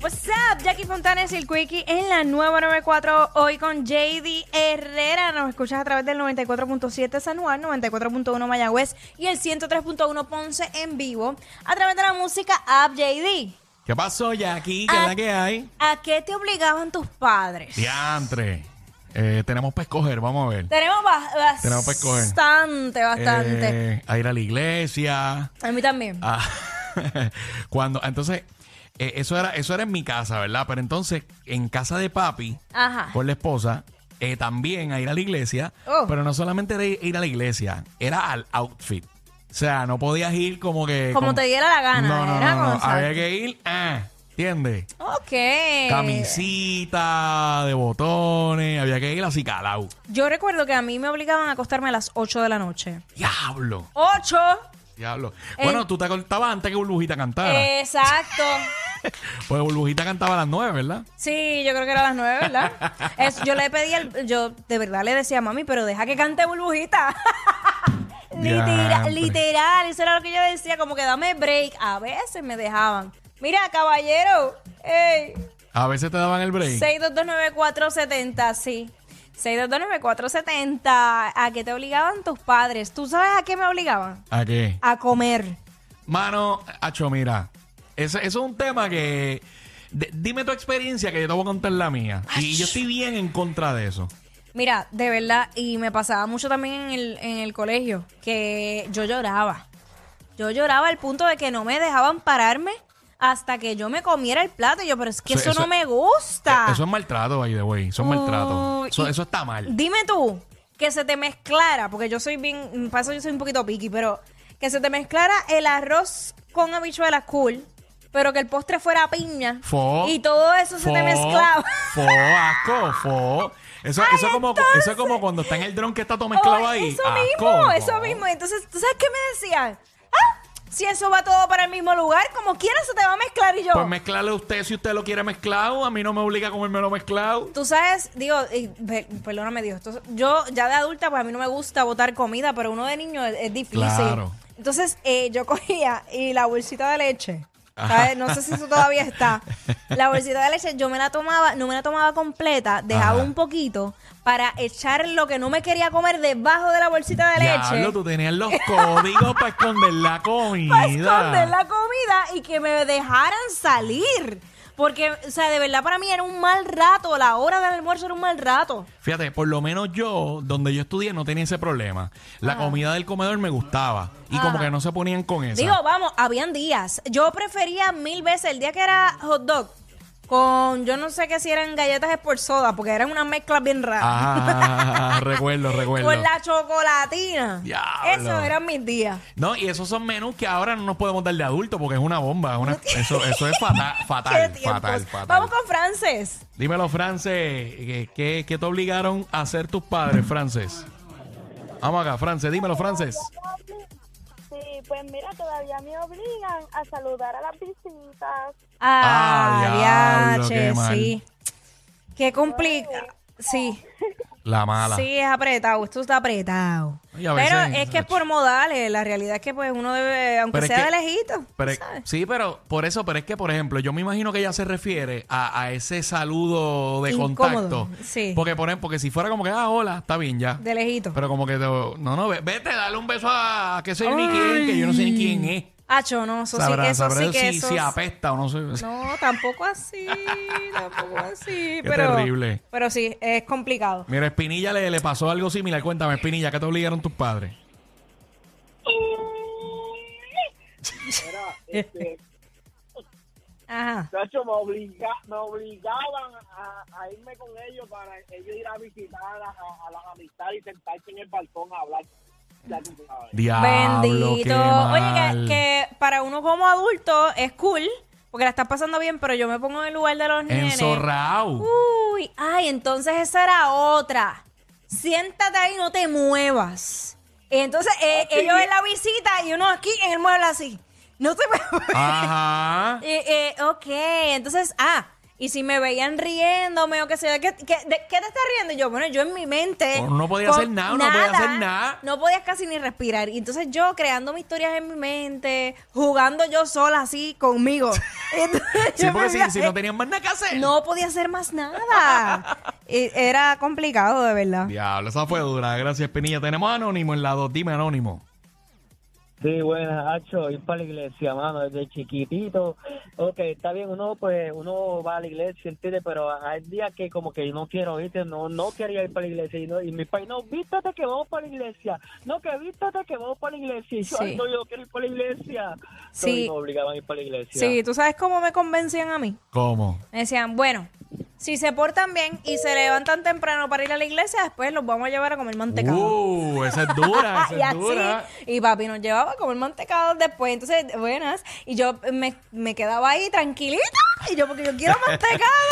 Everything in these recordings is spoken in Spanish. What's up, Jackie Fontanes y el Quickie en la nueva 94 hoy con JD Herrera. Nos escuchas a través del 94.7 San Juan, 94.1 Mayagüez y el 103.1 Ponce en vivo a través de la música App JD. ¿Qué pasó, Jackie? ¿Qué es la que hay? ¿A qué te obligaban tus padres? Diantre. Eh, tenemos para escoger, vamos a ver. Tenemos ba- Tenemos pa' escoger. bastante, bastante. Eh, a ir a la iglesia. a mí también. a- cuando, entonces, eh, eso, era, eso era en mi casa, ¿verdad? Pero entonces, en casa de papi, Ajá. con la esposa, eh, también a ir a la iglesia. Oh. Pero no solamente era ir ir a la iglesia, era al outfit. O sea, no podías ir como que... Como te diera la gana, No, no, era no, no. como, Había ¿sabes? que ir, ah, ¿entiendes? ok. Eh, Camisita de botones, había que ir así calado. Yo recuerdo que a mí me obligaban a acostarme a las 8 de la noche. Diablo, ¡8! diablo. El- Bueno, tú te acostabas antes que Burbujita cantara. eh, Exacto. Pues Burbujita cantaba a las nueve, ¿verdad? Sí, yo creo que era las nueve, ¿verdad? Es- yo le pedí, al- yo de verdad le decía, mami, pero deja que cante burbujita. Diantre. literal, literal, eso era lo que yo decía, como que dame break. A veces me dejaban. Mira, caballero, ey, A veces te daban el break. 6229470, sí. 6229470, ¿a qué te obligaban tus padres? ¿Tú sabes a qué me obligaban? ¿A qué? A comer. Mano, Acho, mira. Ese, eso es un tema que. de- dime tu experiencia que yo te voy a contar la mía. Y yo estoy bien en contra de eso. Mira, de verdad, y me pasaba mucho también en el, en el colegio, que yo lloraba. Yo lloraba al punto de que no me dejaban pararme hasta que yo me comiera el plato. Y yo, pero es que Eso- eso, eso- no me gusta. Eh, Eso es maltrato, by the way. Eso es maltrato. Uy, Eso, y- eso está mal. Dime tú, que se te mezclara, porque yo soy bien, pasa yo soy un poquito piqui, pero que se te mezclara el arroz con habichuelas cool, pero que el postre fuera piña. Fo. y todo eso se te Fo, mezclaba. Fo, asco, fo. Eso, Ay, eso, como, entonces- eso es como cuando está en el dron que está todo mezclado Oh, ahí. Ah, Eso Asco, mismo, fo. eso mismo. Entonces, ¿tú sabes qué me decían? Ah, si eso va todo para el mismo lugar, como quiera se te va a mezclar y yo. Pues mezclarle usted si usted lo quiere mezclado. A mí no me obliga a comérmelo mezclado. Tú sabes, digo, y pe- perdóname Dios, entonces, yo ya de adulta, pues a mí no me gusta botar comida, pero uno de niño es, es difícil. Claro. Entonces eh, yo cogía y la bolsita de leche, Ajá. ¿sabes? no sé si eso todavía está, la bolsita de leche yo me la tomaba, no me la tomaba completa, dejaba Ajá. un poquito para echar lo que no me quería comer debajo de la bolsita de leche. Diablo, tú tenías los códigos para esconder la comida. para esconder la comida y que me dejaran salir. Porque, o sea, de verdad para mí era un mal rato, la hora del almuerzo era un mal rato. Fíjate, por lo menos yo, donde yo estudié, no tenía ese problema. La comida del comedor me gustaba. Y como Ajá. que no se ponían con eso. Digo, vamos, habían días. Yo prefería mil veces el día que era hot dog con, yo no sé qué si eran galletas por soda, porque eran unas mezclas bien raras. Ah, recuerdo, recuerdo. Con la chocolatina. Diablo. Esos eran mis días. No, y esos son menús que ahora no nos podemos dar de adulto porque es una bomba. una- Eso, eso es fatal, fatal, Qué tiempos. fatal, fatal. Vamos con Frances. Dímelo, Frances, ¿qué, qué, qué te obligaron a hacer tus padres, Frances? Vamos acá, Frances, dímelo, Frances. Sí, pues mira, todavía me obligan a saludar a las visitas. Ah, diablo, diache, qué mal. sí. Qué complica. Sí, La mala. sí, es apretado, esto está apretado. Y a pero veces, es que es por modales, la realidad es que pues uno debe, aunque Pero es sea que- de lejito, Pero- ¿sabes? sí, pero por eso, pero es que, por ejemplo, yo me imagino que ella se refiere a, a ese saludo de Incómodo, contacto. sí. Porque, por ejemplo, que si fuera como que, ah, hola, está bien ya. de lejito. Pero como que, te- no, no, ve- vete, dale un beso a, que sé yo ni quién, que yo no sé ni quién es. Acho, no, eso sí, Sabrá- eso sabrá sí que si, eso si es- apesta o no sé. No, tampoco así, tampoco así. Qué pero, terrible. Pero sí, es complicado. Mira, Espinilla le, le pasó algo similar. Cuéntame, Espinilla, ¿qué te obligaron tus padres? Mira, este, Ajá. Nacho, me, obliga, me obligaban a, a irme con ellos para ellos ir a visitar a, a- a las amistades y sentarse en el balcón a hablar. Ya tú sabes. Diablo, qué Bendito. Oye, mal. que, que para uno como adulto es cool. Porque la estás pasando bien, pero yo me pongo en el lugar de los nenes. Enzorrao. Uh. Uy, ay, entonces esa era otra. Siéntate ahí, no te muevas. Entonces eh, ellos en la visita y uno aquí en el mueble así. No te muevas. Ah. Ajá. Eh, eh, ok, entonces, ah, y si me veían riéndome o qué sé yo, ¿qué, qué, de- qué te estás riendo? Y yo, bueno, yo en mi mente... Bueno, Oh, no podía con hacer nada, no podía hacer nada. No podías casi ni respirar. Y entonces yo creando mis historias en mi mente, jugando yo sola así conmigo. Entonces Sí, yo porque me si, veía- si no tenían más nada que hacer. no podía hacer más nada. Y Era complicado, de verdad. Diablo, esa fue dura. Gracias, Penilla. Tenemos a Anónimo en la 2. Dime, Anónimo. Sí, buenas, Hacho, ir para la iglesia, mano, desde chiquitito. Ok, está bien, uno pues, uno va a la iglesia, ¿entiendes? Pero hay días que como que no quiero ir, no, no quería ir para la iglesia. Y, no- y mi país, no, vístate que vamos para la iglesia. No, que vístate que vamos para la iglesia. Y yo, Sí. "Ay, no, yo quiero ir para la iglesia. Sí. Entonces, me obligaban a ir para la iglesia. Sí, ¿tú sabes cómo me convencían a mí? ¿Cómo? Me decían, bueno, si se portan bien y se levantan temprano para ir a la iglesia, después los vamos a llevar a comer mantecado. Ah, Uh, esa es dura, y esa es así, dura. y papi nos llevaba a comer mantecado después, entonces, buenas, y yo me, me quedaba ahí tranquilita, y yo, porque yo quiero mantecado.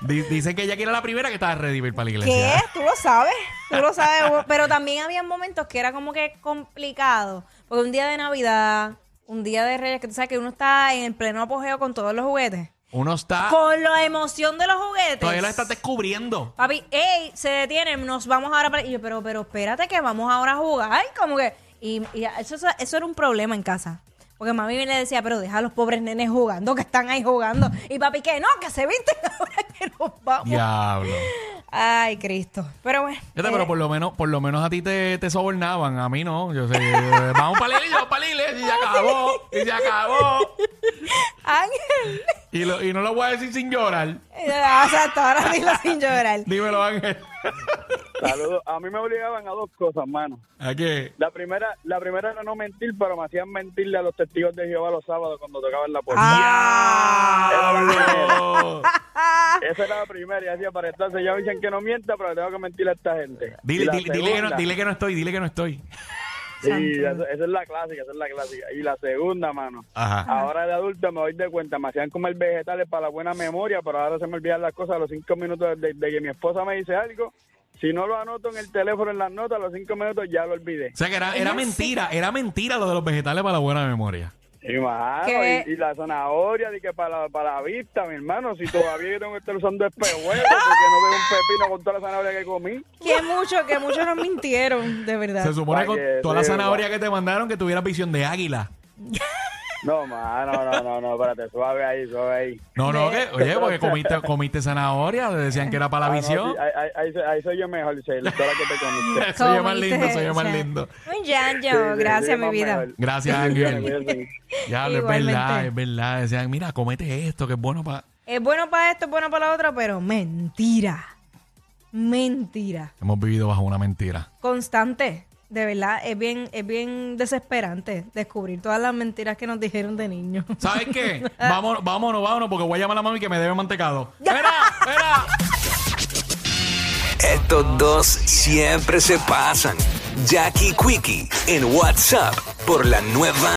Di- Dicen que ella que era la primera que estaba ready para ir para la ¿Qué? iglesia. Tú lo sabes, tú lo sabes, pero también había momentos que era como que complicado, porque un día de Navidad, un día de Reyes, que tú sabes que uno está en el pleno apogeo con todos los juguetes, Uno está... con la emoción de los juguetes. Ah. Todavía la estás descubriendo. Papi, ey, se detienen, nos vamos ahora para... Y yo, pero, pero espérate que vamos ahora a jugar. Ay, como que... Y, y eso, eso era un problema en casa. Porque mami me le decía, pero deja a los pobres nenes jugando, que están ahí jugando. Y papi, que no, que se visten ahora que nos vamos. Diablo. Ay, Cristo. Pero bueno. Fíjate, eh, pero por lo menos, por lo menos a ti te, te sobornaban, a mí no. Yo sé, eh, vamos para la iglesia, vamos para la iglesia, y se acabó, y se acabó. Ángel. Y, lo- y no lo voy a decir sin llorar. O sea, hasta ahora dilo sin llorar. Dímelo, Ángel. Saludos. A mí me obligaban a dos cosas, mano. ¿A qué? La primera, la primera era no mentir, pero me hacían mentirle a los testigos de Jehová los sábados cuando tocaban la puerta. Ah. Ah. ¡Diablo! Esa era la primera, y hacía para entonces ya me dicen que no mienta, pero le tengo que mentir a esta gente. Y Dile, la dile, dile que no, segunda- dile que no estoy, dile que no estoy. Sí, esa, esa es la clásica, esa es la clásica. Y la segunda, mano. Ajá. Ahora de adulto me doy de cuenta, me hacían comer vegetales para la buena memoria, pero ahora se me olvidan las cosas a los cinco minutos de, de que mi esposa me dice algo. Si no lo anoto en el teléfono, en las notas, a los cinco minutos ya lo olvidé. O sea que era, era mentira, era mentira lo de los vegetales para la buena memoria. Y, mano, ¿Qué? y, y la zanahoria, de que para, la- para la vista, mi hermano, si todavía yo tengo que estar usando espejuelos, porque no veo un pepino con toda la zanahoria que comí. Que mucho, que muchos nos mintieron, de verdad. Se supone Pa' con que toda la sepa. zanahoria que te mandaron que tuvieras visión de águila. No, mano, no, no, no, espérate, suave ahí, suave ahí. No, no, que, oye, porque comiste, comiste zanahoria, decían que era para la Ah, no, visión. sí, ahí, ahí- ahí soy- ahí soy yo mejor, Sheila, toda la que te comiste. Soy yo más Comiste, lindo, soy yo más o sea, lindo. Un Sí, yanjo, sí, gracias, sí, mi más vida. mejor. Gracias, Sí, sí, Ángel. sí, sí. Ya, es Igualmente. verdad, es verdad. Decían, mira, comete esto, que es bueno para... Es bueno para esto, es bueno para lo otro, pero mentira. Mentira. Hemos vivido bajo una mentira. Constante. De verdad, es bien, es bien desesperante descubrir todas las mentiras que nos dijeron de niño. ¿Sabes qué? vámonos, vámonos, vámonos, porque voy a llamar a mami que me debe mantecado. ¡Espera, espera! Estos dos siempre se pasan. Jackie Quickie en WhatsApp por la nueva